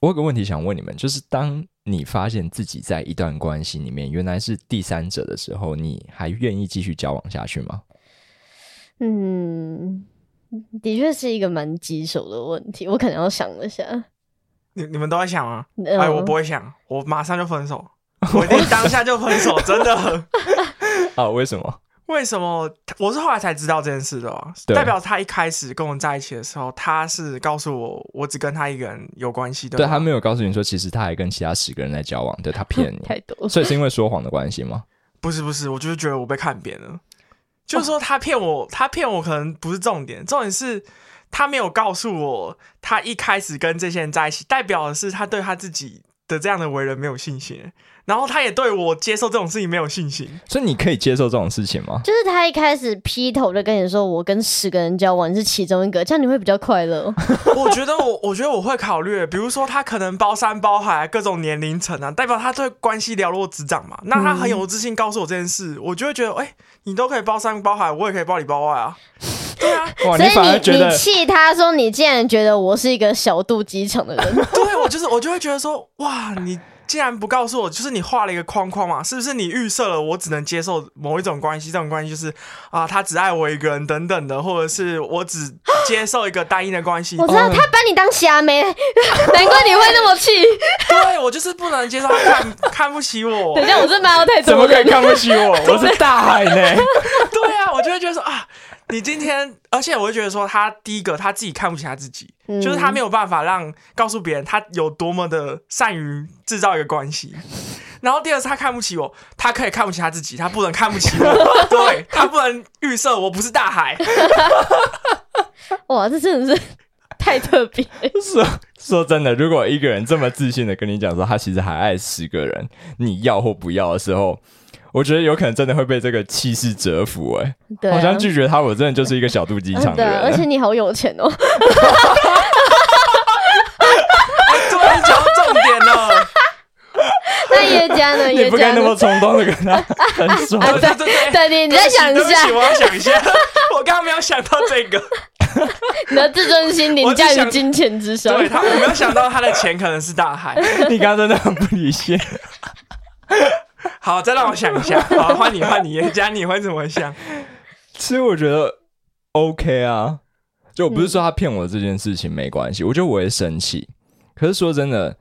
我有个问题想问你们，就是当你发现自己在一段关系里面原来是第三者的时候，你还愿意继续交往下去 吗？嗯，的确是一个蛮棘手的问题，我可能要想一下。你你们都在想吗？嗯、哎，我不会想，我马上就分手，我一定当下就分手，真 的。啊，为什么？为什么？我是后来才知道这件事的哦、对代表他一开始跟我在一起的时候，他是告诉我，我只跟他一个人有关系的。对啊他没有告诉你说，其实他还跟其他十个人在交往，对他骗你， 太多了。所以是因为说谎的关系吗？不是不是，我就是觉得我被看扁了，就是说他骗我，他骗我可能不是重点，重点是他没有告诉我，他一开始跟这些人在一起，代表的是他对他自己的这样的为人没有信心，然后他也对我接受这种事情没有信心。所以你可以接受这种事情吗？就是他一开始劈头就跟你说，我跟十个人交往，你是其中一个，这样你会比较快乐。哦 我觉得我，我觉得我会考虑，比如说他可能包山包海，各种年龄层啊，代表他对关系了若指掌嘛。那他很嗯有自信告诉我这件事，我就会觉得，哎、你都可以包山包海，我也可以包里包外 啊。对啊，哇，所以反而你觉得你气他说，你竟然觉得我是一个小肚鸡 肠的人，对我就是我就会觉得说，哇，你既然不告诉我，就是你画了一个框框嘛，是不是？你预设了我只能接受某一种关系，这种关系就是啊，他只爱我一个人等等的，或者是我只接受一个单一的关 系。哦我哦知道他把你当瞎妹， 难怪你会那么气。对我就是不能接受他看看不起 我。等一下，我这麦要太哦怎多么可以人了。看不起我？我是大海 呢。对啊，我就会觉得说啊，你今天，而且我会觉得说，他第一个他自己看不起他自己，嗯就是他没有办法让告诉别人他有多么的善于制造一个关系。然后第二是他看不起我，他可以看不起他自己，他不能看不起 我，对他不能预设我不是大海。哇，这 真的是太特别。说说真的，如果一个人这么自信的跟你讲说他其实还爱十个人，你要或不要的时候，我觉得有可能真的会被这个气势折服、欸。对、啊，好像拒绝他，我真的就是一个小肚鸡肠的对、人啊，欸。而且你好有钱哦。突然讲到重点了，那叶家呢？ 你叶不该家那么呢？冲动的跟 啊他分手。对对对对。对你，你再想一对不起下对不起，我要想一下， 我刚刚没有想到这个。 你的自尊心凌驾我只于想金钱之上。对他，我没有想到他的钱可能是大海。 你刚刚真的很不理性。 好，再让我想一下。好，换你，换你，人家你会怎么想？其实我觉得 OK 啊，就我不是说他骗我这件事情没关系，我觉得我会生气。可是说真的，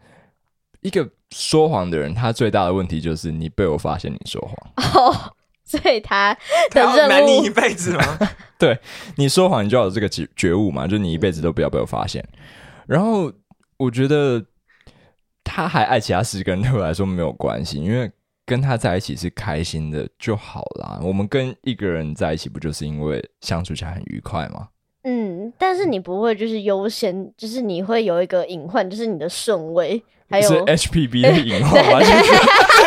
一个说谎的人，他最大的问题就是你被我发现你说谎，哦， 所以他他的要瞒任你务一辈子吗？你说谎你就要有这个觉觉悟嘛，就你一辈子都不要被我发现。然后我觉得他还爱其他十个人对我来说没有关系，因为跟他在一起是开心的就好啦。我们跟一个人在一起，不就是因为相处起来很愉快吗？嗯，但是你不会就是优先，就是你会有一个隐患，就是你的顺位，还有是 HPB 的隐患吗？ 就是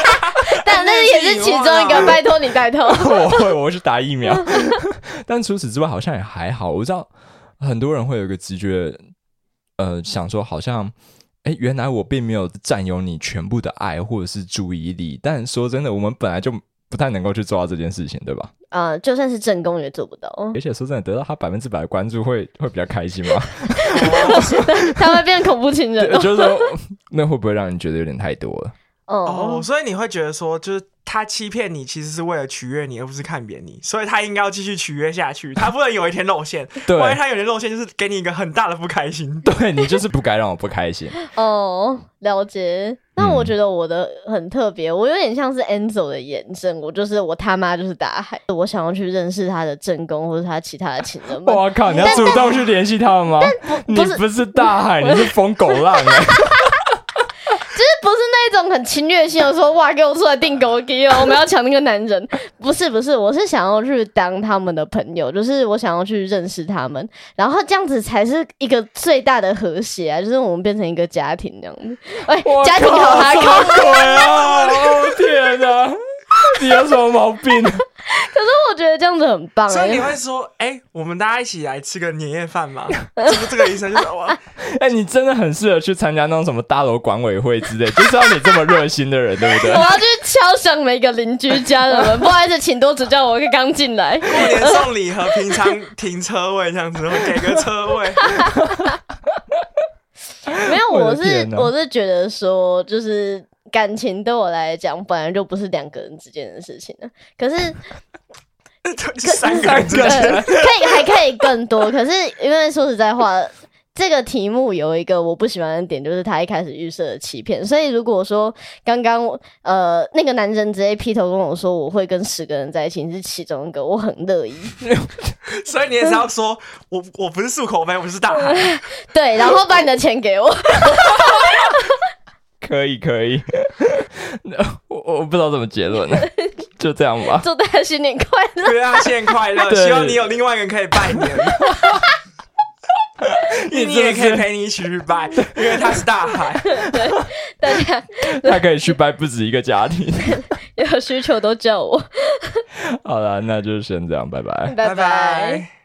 但但是也是其中一那是隐患个，啊拜托你拜托。我会， 我会去打疫苗。 但除此之外，好像也还好。我知道很多人会有一个直觉，呃，想说好像，哎，原来我并没有占有你全部的爱或者是注意力。但说真的，我们本来就不太能够去做到这件事情，对吧？啊，就算是正宫也做不 到，而且说真的，得到他百分之百的关注会会比较开心吗？ 他会变恐怖情人哎对 就是说，那会不会让你觉得有点太多了？哦 哦，。所以你会觉得说，就是他欺骗你，其实是为了取悦你，而不是看扁你，所以他应该要继续取悦下去，他不能有一天露馅。对万一他有一天露馅，就是给你一个很大的不开心。对你就是不该让我不开心。哦，了解。那我嗯觉得我的很特别，我有点像是 Enzo 的延伸，我就是我他妈就是大海，我想要去认识他的正宫或者他其他的情人们。 我靠，你要主动去联系他们吗？你是不是大海，你是疯狗浪哎、不是那种很侵略性的说哇，给我出来订狗给哦，我 们要抢那个男人。不是不是，我是想要去当他们的朋友，就是我想要去认识他们，然后这样子才是一个最大的和谐啊，就是我们变成一个家庭这样子。哎、我家庭好哈靠，扣。什么鬼啊！哦天哪，你有什么毛病？可是我觉得这样子很棒、所以你欸。会说，哎、我们大家一起来吃个年夜饭嘛？就是这个意思，就是哇， 哎、你真的很适合去参加那种什么大楼管委会之类，就是要你这么热心的人，对不 我对？要去敲响每个邻居家的门，不好意思，请多指教，我刚进来。过年送礼和 平常停车位这样子，我给个车位。 啊没有，我的我是天哪我是觉得说，就是感情对我来讲，本来就不是两个人之间的事情了。可是，三个人之间呃可以还可以更多。可是，因为说实在话，这个题目有一个我不喜欢的点，就是他一开始预设的欺骗。所以，如果说刚刚我呃那个男人直接劈头跟我说我会跟十个人在一起，你是其中一个，我很乐意。所以你也是要说，我我不是漱口杯，我是大海。对，然后把你的钱给我。可以可以， 我我不知道怎么结论，就这样 吧。祝大家新年快乐！对啊，新年快乐！对希望你有另外一个人可以拜年。你也可以陪你一起去拜，因为他是大海。大家他可以去拜不止一个家庭。 有需求都叫我， 好了，那就先这样，拜拜。拜拜。拜